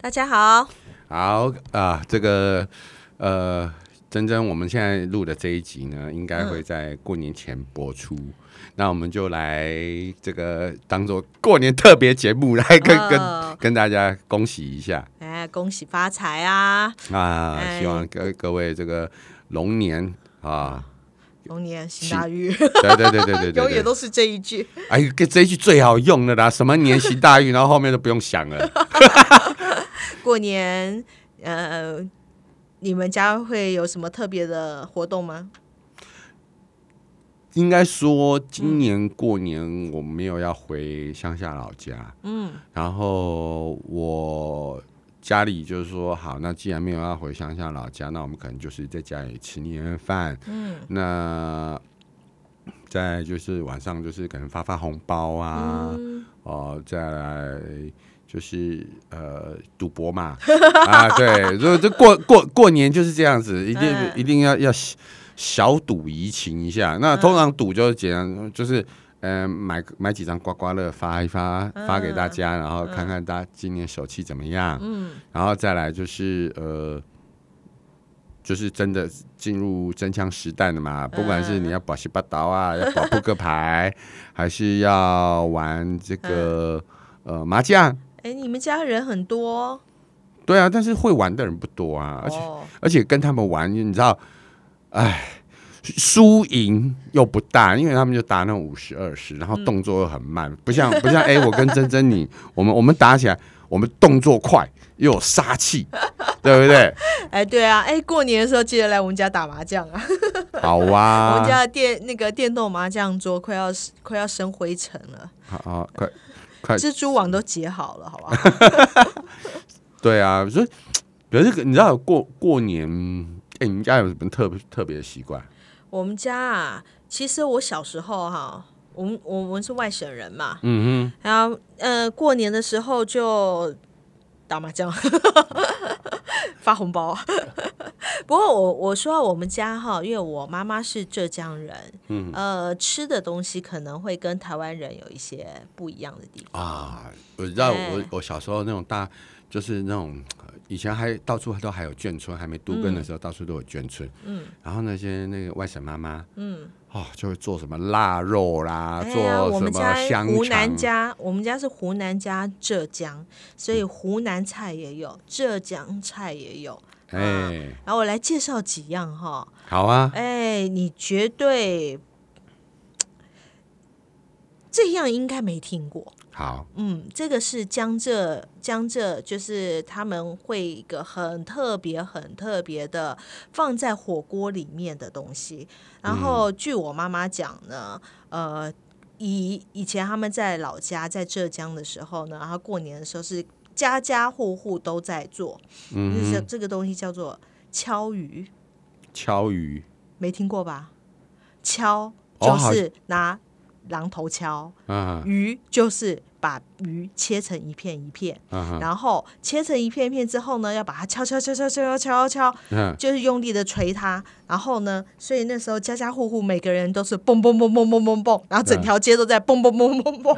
大家好，好啊、这个呃，珍珍，我们现在录的这一集呢，应该会在过年前播出。那我们就来这个当做过年特别节目来跟、哦跟跟大家恭喜一下哎，恭喜发财啊！啊！哎希望各各位这个龙年啊，龙年行大运，对对对对 对永对远对，都是这一句。哎，跟这一句最好用的啦，什么年行大运，然后后面都不用想了。过年，呃，你们家会有什么特别的活动吗？应该说，今年过年我没有要回乡下老家，嗯，然后我家里就是说，好，那既然没有要回乡下老家，那我们可能就是在家里吃年夜饭，嗯，那再就是晚上就是可能发发红包啊，哦、再来。就是呃，赌博嘛， 啊，对，就就过过过年就是这样子，一定、嗯一定要要小赌怡情一下。那通常赌就是简单，就是呃买买几张刮刮乐发一发，发给大家，然后看看大家今年手气怎么样。嗯，然后再来就是呃。就是真的进入真枪实弹的嘛，不管是你要保西八刀啊，要保扑克牌，还是要玩这个、呃麻将，哎，你们家人很多哦，对啊，但是会玩的人不多啊，而且哦而且跟他们玩，你知道，哎，输赢又不大，因为他们就打那种五十二十，然后嗯动作又很慢，不像不像哎、我跟珍珍你， 我们我们打起来，我们动作快又有杀 气，对不对？哎，对啊，哎，过年的时候记得来我们家打麻将啊！好我们啊，家的电那个电动麻将桌快要快要生灰尘了，好好快快，蜘蛛网都结好了，好不好？对啊，所以可是你知道过过年，哎、你们家有什么特特别的习惯？我们家啊，其实我小时候哈、我们我们是外省人嘛，嗯然后呃，过年的时候就打麻将， 发红包。不过我我说到我们家哈，因为我妈妈是浙江人，嗯，呃，吃的东西可能会跟台湾人有一些不一样的地方。哼啊，我知道哎我我小时候那种大，就是那种呃以前还到处都还有眷村，还没都嗯根的时候，到处都有眷村。嗯，然后那些那个外省妈妈，嗯，哦，就会做什么腊肉啦，哎啊做呀，我什们家么香湖南肠。家，我们家是湖南加浙江，所以湖南菜也有，浙江菜也有。啊哎，然后我来介绍几样哈，好啊，哎，你绝对这样应该没听过。好，嗯，这个是江浙江浙，就是他们会一个很特别、很特别的放在火锅里面的东西。然后据我妈妈讲呢，呃，以以前他们在老家在浙江的时候呢，然后过年的时候是家家户户都在做，嗯就是哼，这个东西叫做敲鱼。敲鱼，没听过吧？敲哦就好是拿榔头敲，啊鱼就是把鱼切成一片一片，啊哈，然后切成一片一片之后呢，要把它敲敲敲敲敲敲敲敲，嗯，就是用力的捶它。然后呢，所以那时候家家户户每个人都是蹦蹦蹦蹦蹦蹦蹦，然后整条街都在蹦蹦蹦蹦 蹦。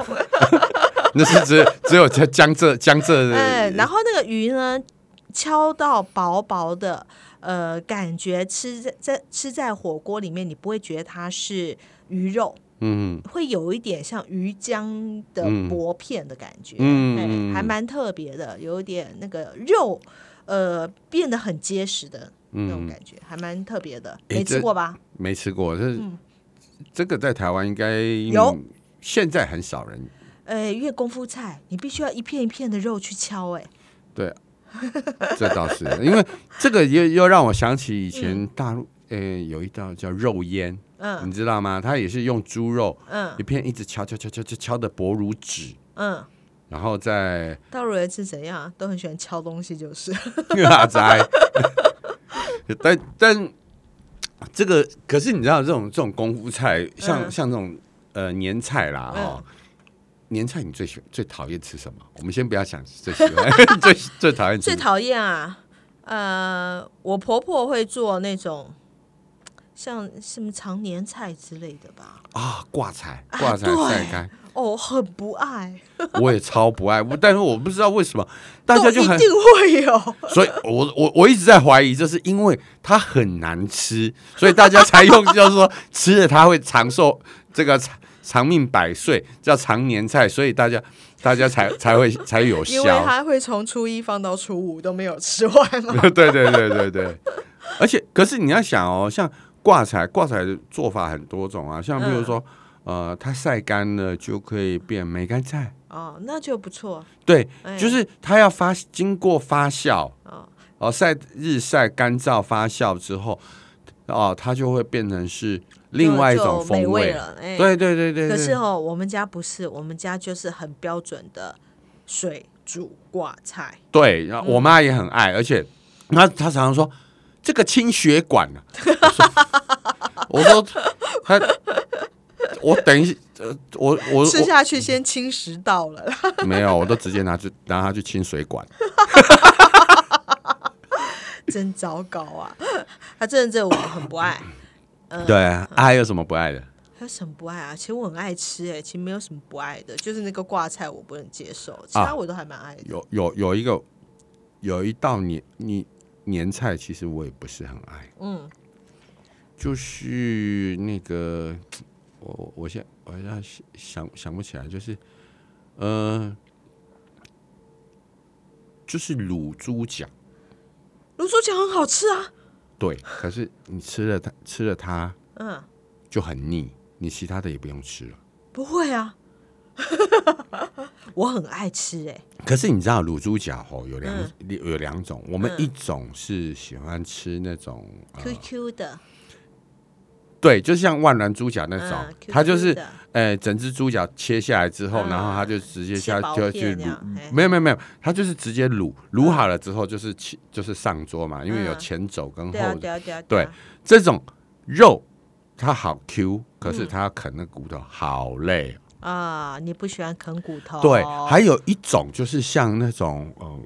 那是只只有在江浙江浙哎，的然后那个鱼呢，敲到薄薄的，呃，感觉吃在在吃在火锅里面，你不会觉得它是鱼肉，嗯会有一点像鱼浆的薄片的感觉，嗯哎嗯还蛮特别的，有一点那个肉，呃，变得很结实的那种嗯，感觉，还蛮特别的，哎没吃这过吧？没吃过，这这个在台湾应该嗯有，现在很少人呃，因为功夫菜，你必须要一片一片的肉去敲、哎，对， 这倒是，因为这个又又让我想起以前大陆，呃、有一道叫肉烟，嗯你知道吗？它也是用猪肉嗯一片一直敲敲敲敲敲敲的薄如纸，嗯，然后再 大陆人是怎样啊，都很喜欢敲东西，就是。嗯拉摘，但但这个可是你知道这种这种功夫菜，像、嗯像这种呃年菜啦，嗯哦。年菜你最喜最讨厌吃什么？我们先不要想最喜欢 最最讨厌吃最什么讨厌啊，呃，我婆婆会做那种像什么常年菜之类的吧。啊，挂菜啊挂菜对晒干，哦，我很不爱，我也超不爱，我但是我不知道 为什么大都家就一很，定会有。所以我我我一直在怀疑，这是因为它很难吃，所以大家才用就是说吃了它会长寿，这个长长命百岁叫常年菜，所以大家大家才才 会才有因为效。他会从初一放到初五都没有吃完嘛。 对对对对对，而且可是你要想哦，像挂彩，挂彩的做法很多种啊，像比嗯如说，呃，它晒干了就可以变梅干菜， 哦，那就不错。对，哎就是它要发经过发酵，哦哦，晒日晒干燥发酵之后，哦，它就会变成是另外一种就就美风味。了。哎，对对对对可是对，哦，我们家不是，我们家就是很标准的水煮挂菜。对，然后我妈也很嗯爱，而且她她常常说这个清血管啊， 我说我说她，我等一下，呃我我吃下去先侵蚀到了 啦，我没有，我都直接拿去拿它去清水管，真糟糕啊！ 他真的这我很不爱，嗯对啊，还有什么不爱的？还有什么不爱啊？其实我很爱吃、哎，其实没有什么不爱的，就是那个挂菜我不能接受，啊其他我都还蛮爱的。有有有一个有一道年你年菜，其实我也不是很爱，嗯，就是那个我我我现我现在想想不起来，就是呃，就是卤猪脚，卤猪脚很好吃啊，对，可是你吃了它吃了它嗯，就很腻，你其他的也不用吃了。不会啊， 我很爱吃、哎，可是你知道卤猪脚哦，有嗯两、有两种，我们一种是喜欢吃那种、呃， QQ 的，对，就像万峦猪脚那种，嗯，它就是的呃，整只猪脚切下来之后，嗯然后它就直接下切薄就要去片那卤样，嗯嘿没有没有没有，它就是直接卤，卤好了之后就是切就是上桌嘛，因为有嗯前肘跟对啊后对肘，啊对啊对啊这种肉它好 Q，可嗯是它啃那骨头好累。啊，你不喜欢啃骨头，对，还有一种就是像那种呃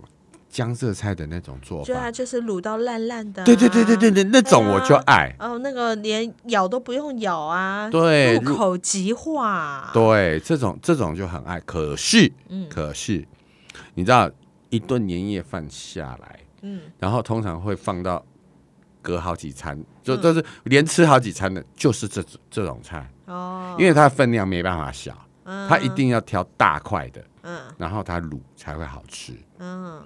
江浙菜的那种做就它法，啊就是卤到烂烂的、啊，对对对对对对，那种我就爱。哦，那个连咬都不用咬啊，对，入口即化。啊对，这种这种就很爱。可是，嗯可是，你知道，一顿年夜饭下来，嗯，然后通常会放到隔好几餐，嗯就就是连吃好几餐的，就是这这种菜，哦，因为它的分量没办法小，嗯它一定要挑大块的，嗯然后它卤才会好吃。嗯，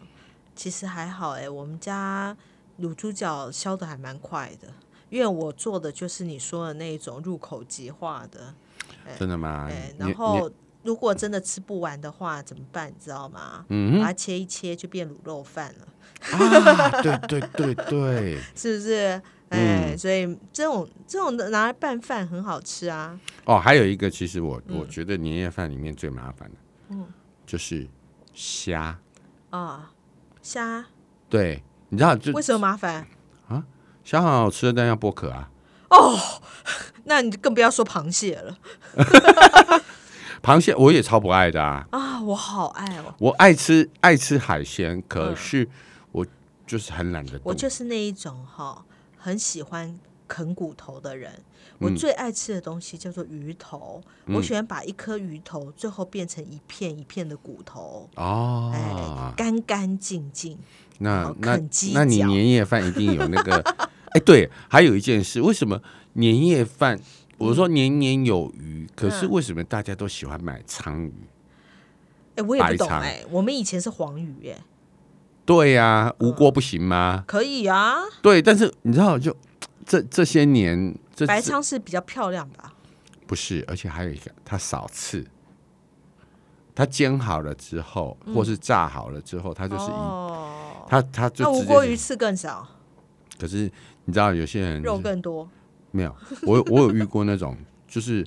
其实还好哎、我们家卤猪脚削的还蛮快的，因为我做的就是你说的那一种入口即化的，真的吗哎、？嗯你然你后。如果真的吃不完的话，怎么办？你知道吗？嗯，把它切一切就变卤肉饭了， 啊，对对对对，是不是？哎、嗯所以这种这种的拿来拌饭很好吃啊。哦，还有一个，其实嗯我我觉得年夜饭里面最麻烦的，嗯，就是虾。啊、虾对，你知道就为什么麻烦？虾很好吃的，但要剥壳啊。那你更不要说螃蟹了螃蟹我也超不爱的啊，啊！我好爱哦，我爱吃爱吃海鲜，可是我就是很懒得动。嗯我就是那一种哈、很喜欢啃骨头的人。嗯我最爱吃的东西叫做鱼头，我喜欢把一颗鱼头最后变成一片一片的骨头，哎哦，，干干净净。那好那啃鸡那你脚年夜饭一定有 那个，哎，对，还有一件事，为什么年夜嗯饭？我说年年有余，可是为什么大家都喜欢买鲳鱼？哎，我也不白懂肠哎、我们以前是黄鱼哎、对呀、无锅不行吗？可以啊，对，但是你知道就，这这些年，这白这鲳是比较漂亮吧？不是，而且还有一个，它少刺，它煎好了之后，或是炸好了之后，它就是一，哦，它它那就无直锅鱼接。刺更少，可是你知道有些人肉更多没有，我有我有遇过那种，就是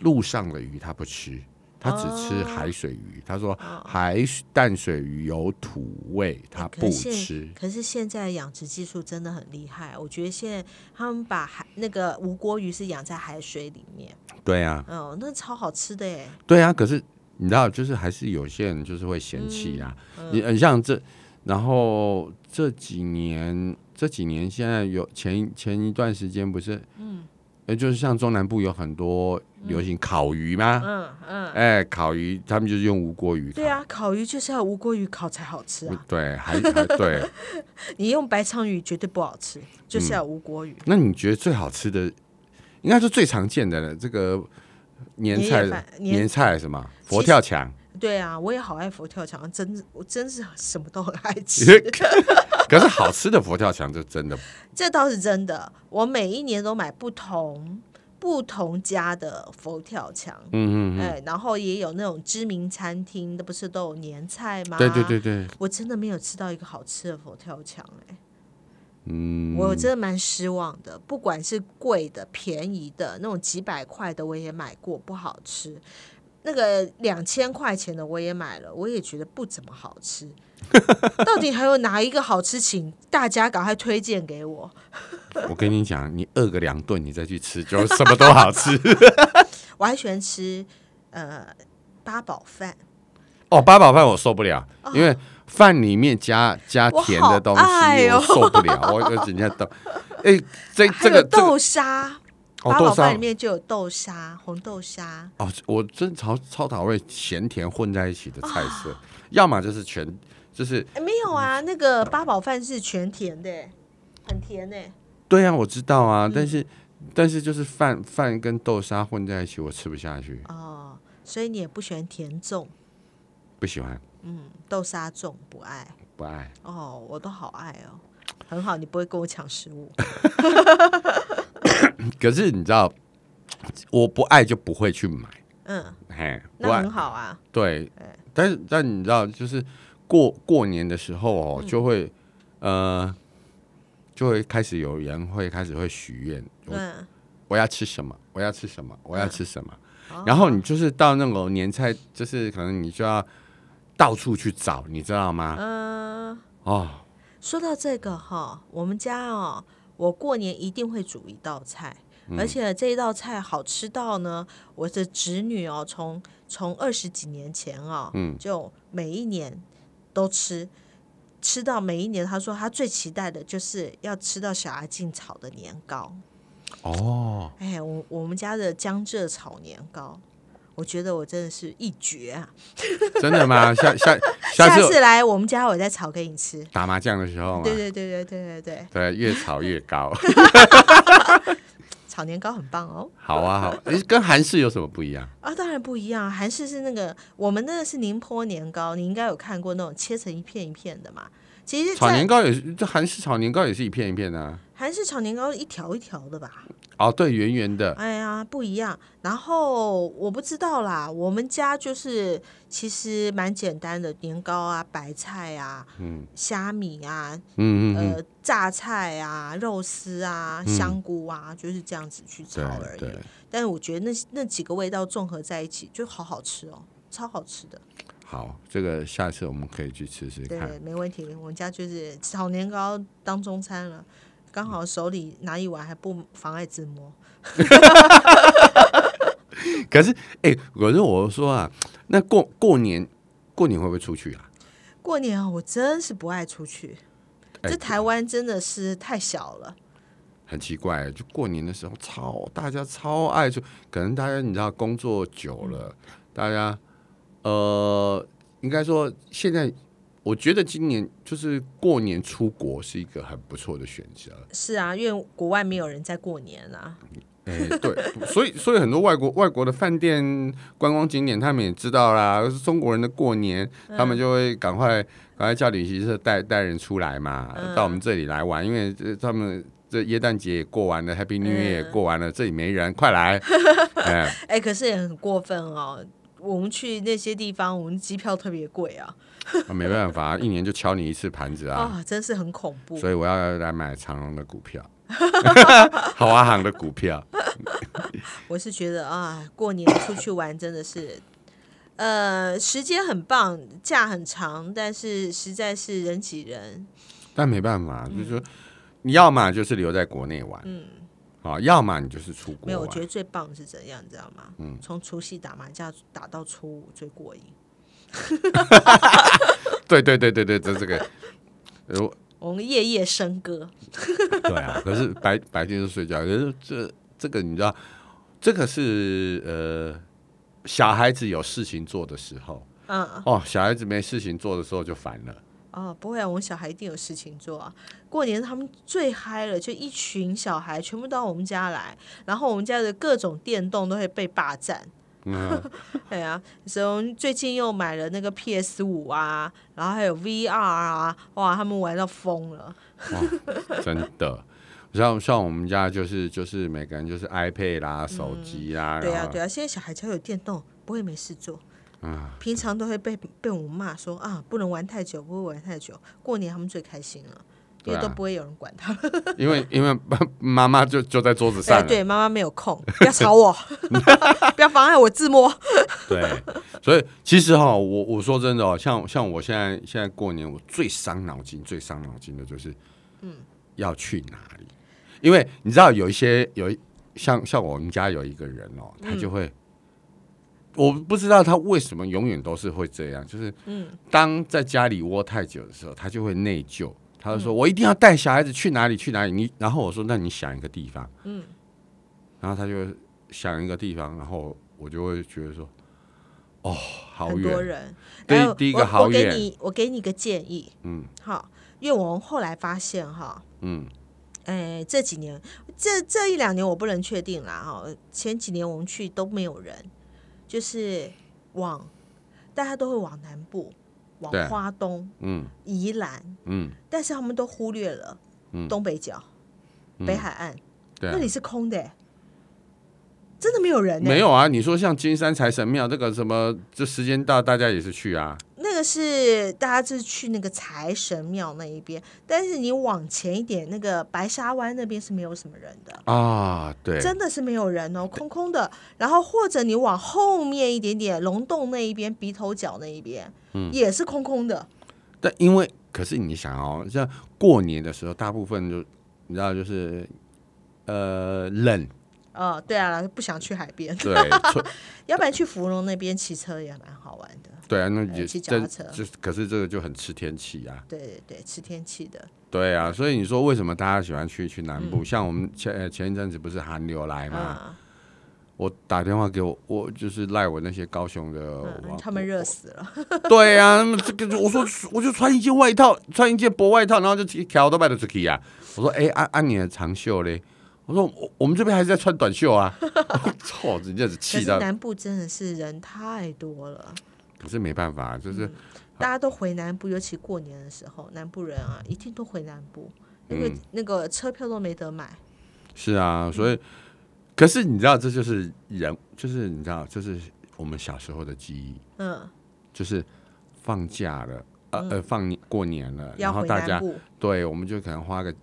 路上的鱼他不吃，他只吃海水鱼。他说哦海水淡水鱼有土味，他可不是吃。可是现在养殖技术真的很厉害，我觉得现在他们把海那个无锅鱼是养在海水里面，对啊，哦，那超好吃的耶！对啊，可是你知道，就是还是有些人就是会嫌弃啊。嗯你很像这，然后这几年这几年现在有前一前一段时间不是，嗯，呃，就是像中南部有很多流行烤鱼嘛，嗯嗯，哎，烤鱼他们就是用无锅鱼烤，对啊，烤鱼就是要无锅鱼烤才好吃啊，对，还 还对。嗯你用白鲳鱼绝对不好吃，就是要无锅鱼。那你觉得最好吃的，应该是最常见的了这个年年菜夜饭年年菜什么其实佛跳墙，对啊，我也好爱佛跳墙，真我真是什么都很爱 吃，可是好吃的佛跳墙就真的这倒是真的。我每一年都买不同不同家的佛跳墙，嗯嗯哎，然后也有那种知名餐厅，那不是都有年菜吗？嗯，对对对对， 我真的没有吃到一个好吃的佛跳墙哎、嗯，我真的蛮失望的。不管是贵的、便宜的，那种几百块的我也买过，不好吃。那个两千块钱的我也买了，我也觉得不怎么好 吃。到底还有哪一个好吃，请大家赶快推荐给我。我跟你讲，你饿个两顿，你再去吃，就什么都好吃 我还喜欢吃呃八宝饭，哦。八宝饭我受不了，因为饭里面加加啊我甜好的东西，爱我哦受不了，我我人家都，哎，这啊还这个有这个豆沙，哦八豆宝沙饭里面就有豆沙、红豆沙。哦，我真超超讨厌咸甜混在一起的菜色，啊要么就是全就是哎，没有嗯啊，那个八宝饭是全甜的欸，很甜诶。对啊，我知道啊，嗯但是但是就是饭饭跟豆沙混在一起，我吃不下去，哦，所以你也不喜欢甜粽，不喜欢，嗯，豆沙粽不爱。不爱。哦，我都好爱哦，很好，你不会跟我抢食 物。可是你知道，我不爱就不会去买，嗯，嘿，不那爱很好啊。对，但是但你知道，就是过过年的时候哦，嗯就会、呃，就会开始有人会开始会许愿，我嗯，我要吃什么，我要吃什么，我要吃什么。哦然后你就是到那种年菜，就是可能你就要到处去找，你知道吗？嗯、哦，说到这个哈，我们家哦，我过年一定会煮一道菜，而且这一道菜好吃到呢，我的侄女哦，从从二十几年前哦，嗯，就每一年都吃，吃到每一年，她说她最期待的就是要吃到小阿静炒的年糕。哦，哎，我我们家的江浙炒年糕，我觉得我真的是一绝啊！真的吗？下下 下下次啊次来我们家，我再炒给你吃。打麻将的时候嘛，对对对对对对对，对越炒越高。炒年糕很棒哦。好啊，好，诶跟韩式有什么不一样？啊，当然不一样。韩式是那个，我们那个是宁波年糕，你应该有看过那种切成一片一片的嘛。其实，炒年在糕也是，这韩式炒年糕也是一片一片的、啊。韩式炒年糕一条一条的吧？哦，对，圆圆的，哎呀，不一样。然后我不知道啦，我们家就是其实蛮简单的，年糕啊、白菜啊、嗯虾米啊、嗯嗯嗯，呃、榨菜啊、肉丝啊、香菇啊，就是这样子去炒而对已。对，但是我觉得那那几个味道综合在一起，就好好吃哦，超好吃的。好，这个下次我们可以去吃吃看。对，没问题。我们家就是炒年糕当中餐了，刚好手里拿一碗，还不妨碍自摸。可是，哎、可是我说啊，那过过年过年会不会出去啊？过年啊，我真是不爱出去，哎这台湾真的是太小了。很奇怪，就过年的时候超大家超爱出，可能大家你知道工作久了，大家呃，应该说现在我觉得今年就是过年出国是一个很不错的选择。是啊，因为国外没有人在过年啊。哎、对，所以所以很多外国外国的饭店、观光景点，他们也知道啦，是中国人的过年，他嗯们就会赶快赶快叫旅行社带带人出来嘛，嗯到我们这里来玩，因为这他们这耶诞节也过完了，Happy New Year 也嗯过完了，这里没人，快来！哎，哎，可是也很过分哦。我们去那些地方，我们机票特别贵啊，没办法，一年就敲你一次盘子啊，啊，真是很恐怖。所以我要来买长隆的股票， 好华航的股票，我是觉得啊，过年出去玩真的是，呃，时间很棒，假很长，但是实在是人挤人。但没办法，就是嗯说你要么就是留在国内玩，嗯，啊，要么你就是出没国有，我玩觉。得最棒是怎样，你知道吗？从除夕打麻将打到初五最过瘾。对对对对对，这这个， 呃，我们夜夜笙歌，对啊，可是白白天就睡觉，可是这这个你知道，这个是呃，小孩子有事情做的时候，嗯，哦，小孩子没事情做的时候就烦了。哦，不会啊，我们小孩一定有事情做啊。过年他们最嗨了，就一群小孩全部到我们家来，然后我们家的各种电动都会被霸占。 对啊，所以我们最近又买了那个 PS 五啊，然后还有 VR 啊，哇，他们玩到疯了。真的。像像我们家就是就是每个人就是 iPad 啦、手机啦，嗯对然啊，后对啊，现在小孩只要有电动，不会没事做。啊平常都会被被我骂说啊，不能玩太久，不会玩太久。过年他们最开心了，因对为啊都不会有人管他们。因为因为爸妈妈就就在桌子对上啊了，对，妈妈没有空，不要吵 我， 不要妨碍我自摸。对，所以其实哈，我我说真的哦，像像我现在现在过年，我最伤脑筋、最伤脑筋的就是，嗯，要去哪里？因为你知道有一些有一像像我们家有一个人哦，嗯他就会，我不知道他为什么永远都是会这样，就是嗯，当在家里窝太久的时候，他就会内疚，他嗯就说、我一定要带小孩子去哪里去哪里。你然后我说那你想一个地方，嗯，然后他就想一个地方，然后我就会觉得说。哦好很多远，人。第然后第一个我好我给远你，我给你个建议，嗯，好，因为我们后来发现哈，嗯，哎，这几年这这一两年我不能确定啦哈，前几年我们去都没有人，就是往大家都会往南部，往对花东、嗯宜兰，嗯，但是他们都忽略了东北角、北海岸，嗯对、那里是空的、欸真的没有人、欸，没有啊。你说像金山财神庙这个什么，这时间到大家也是去啊，那个是大家就是去那个财神庙那一边，但是你往前一点，那个白沙湾那边是没有什么人的，啊，对，真的是没有人哦，空空的。然后或者你往后面一点点，龙洞那一边、鼻头角那一边，嗯也是空空的。但因为可是你想哦，像过年的时候，大部分就你知道就是呃冷，呃，对啊，不想去海边， 对春要不然去芙蓉那边骑车也蛮好玩的。对啊，那哎也骑脚这踏车就是可是这个就很吃天气啊，对对对，吃天气的，对啊，所以你说为什么大家喜欢去去南嗯部？像我们前呃前一阵子不是寒流来嘛，啊，我打电话给我我就是赖我那些高雄的嗯网，他们热死了。对呀、那么这个我说我就穿一件外套，穿一件薄外套，然后就去挑到外头出去啊。我说哎，按、按、你的长袖嘞。我说我我们这边还是在穿短袖啊。 操，人家是可气是到，南部真的是人太多了。可是没办法，就是大家都回南部，尤其过年的时候，南部人啊，一定都回南部。那个、嗯那个车票都没得买，是啊，所以可是你知道，这就是人，就是你知道，这是我们小时候的记忆，嗯，就是放假了，呃呃，放年过年了，然要后回大南家部，对，我们就可能花个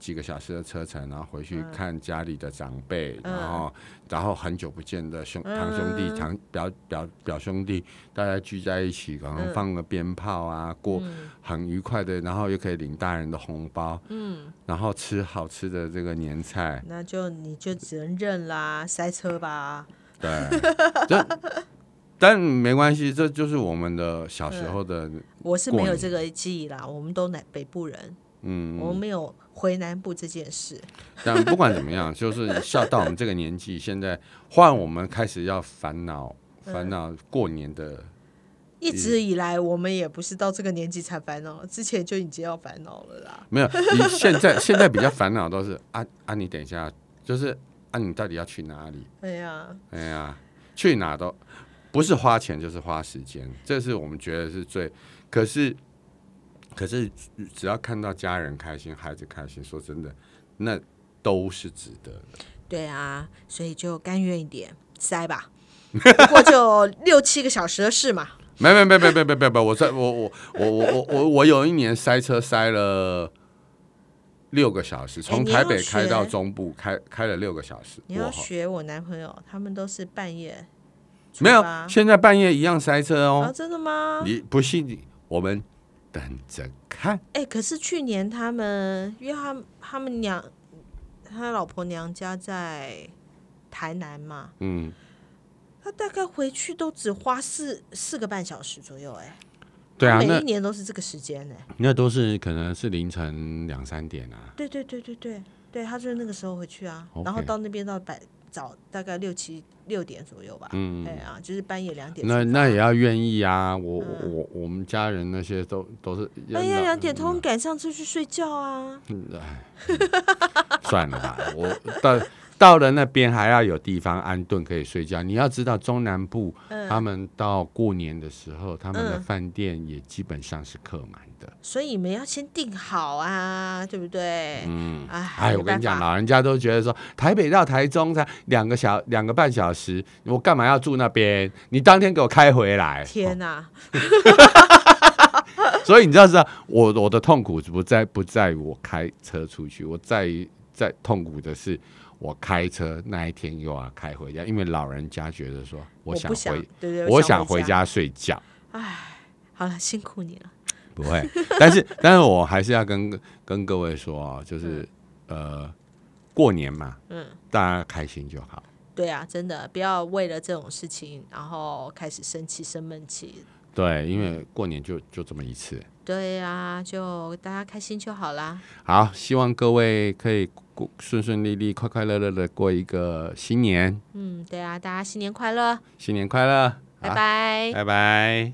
几个小时的车程，然后回去看家里的长辈，然后然后很久不见的兄堂兄弟、堂表表表兄弟，大家聚在一起，然后放个鞭炮啊，过很愉快的，然后又可以领大人的红包，嗯，然后吃好吃的这个年菜，那就你就只能认啦，塞车吧。对， 这但没关系，这就是我们的小时候的，我是过没有年这个记忆啦，我们都南北部人，嗯，我们没有回南部这件事。 但不管怎么样，就是像到我们这个年纪，现在换我们开始要烦恼烦恼过年的，一直以来，我们也不是到这个年纪才烦恼，之前就已经要烦恼了啦。没有，你现在现在比较烦恼都是啊啊，你等一下，就是啊，你到底要去哪里？哎呀，哎呀，去哪都不是花钱就是花时间，这是我们觉得是最，可是可是只要看到家人开心、孩子开心，说真的，那都是值得的。对啊，所以就甘愿一点，塞吧。 不过就六七个小时的事嘛。没没没没没没没没，我在我我我我我我我有一年塞车塞了六个小时，从你要台北开到学中部，开开了六个小时。你我要好学我男朋友，他们都是半夜出没有发，现在半夜一样塞车啊，哦。真的吗？你不信你，我们等着看。哎、可是去年他们，因为他们他们娘，他老婆娘家在台南嘛，嗯，他大概回去都只花四四个半小时左右、哎，对啊他，每那一年都是这个时间呢、哎那都是可能是凌晨两三点啊。对对对对对，对，他就是那个时候回去啊，然后 OK 到那边到百早大概六七六点左右吧，嗯对啊，就是半夜两点出发。那那也要愿意啊！我我我我们家人那些都都是半夜哎两点通。通赶上出去睡觉啊，算了吧，我到到了那边还要有地方安顿可以睡觉。你要知道，中南部、他们到过年的时候，他们的嗯饭店也基本上是客满的。所以你们要先定好啊，对不对？嗯，哎哎，我跟你讲，，没办法老人家都觉得说，台北到台中才两个小两个半小时，我干嘛要住那边？你当天给我开回来。天哪，哦所以你知道是啊，我我的痛苦不在不在于我开车出去，我在于在痛苦的是我开车那一天又要开回家，因为老人家觉得说我想不回，想，对对，我想想回。家睡觉， 好了，辛苦你了，不会。但是但是我还是要跟跟各位说啊、就是、呃，过年嘛，嗯，大家开心就好。对啊，真的不要为了这种事情，然后开始生气、生闷气。对，因为过年就就这么一次。对啊，就大家开心就好啦。好，希望各位可以过顺顺利利、快快乐乐的过一个新年，嗯，对啊，大家新年快乐，新年快乐！拜拜。拜拜。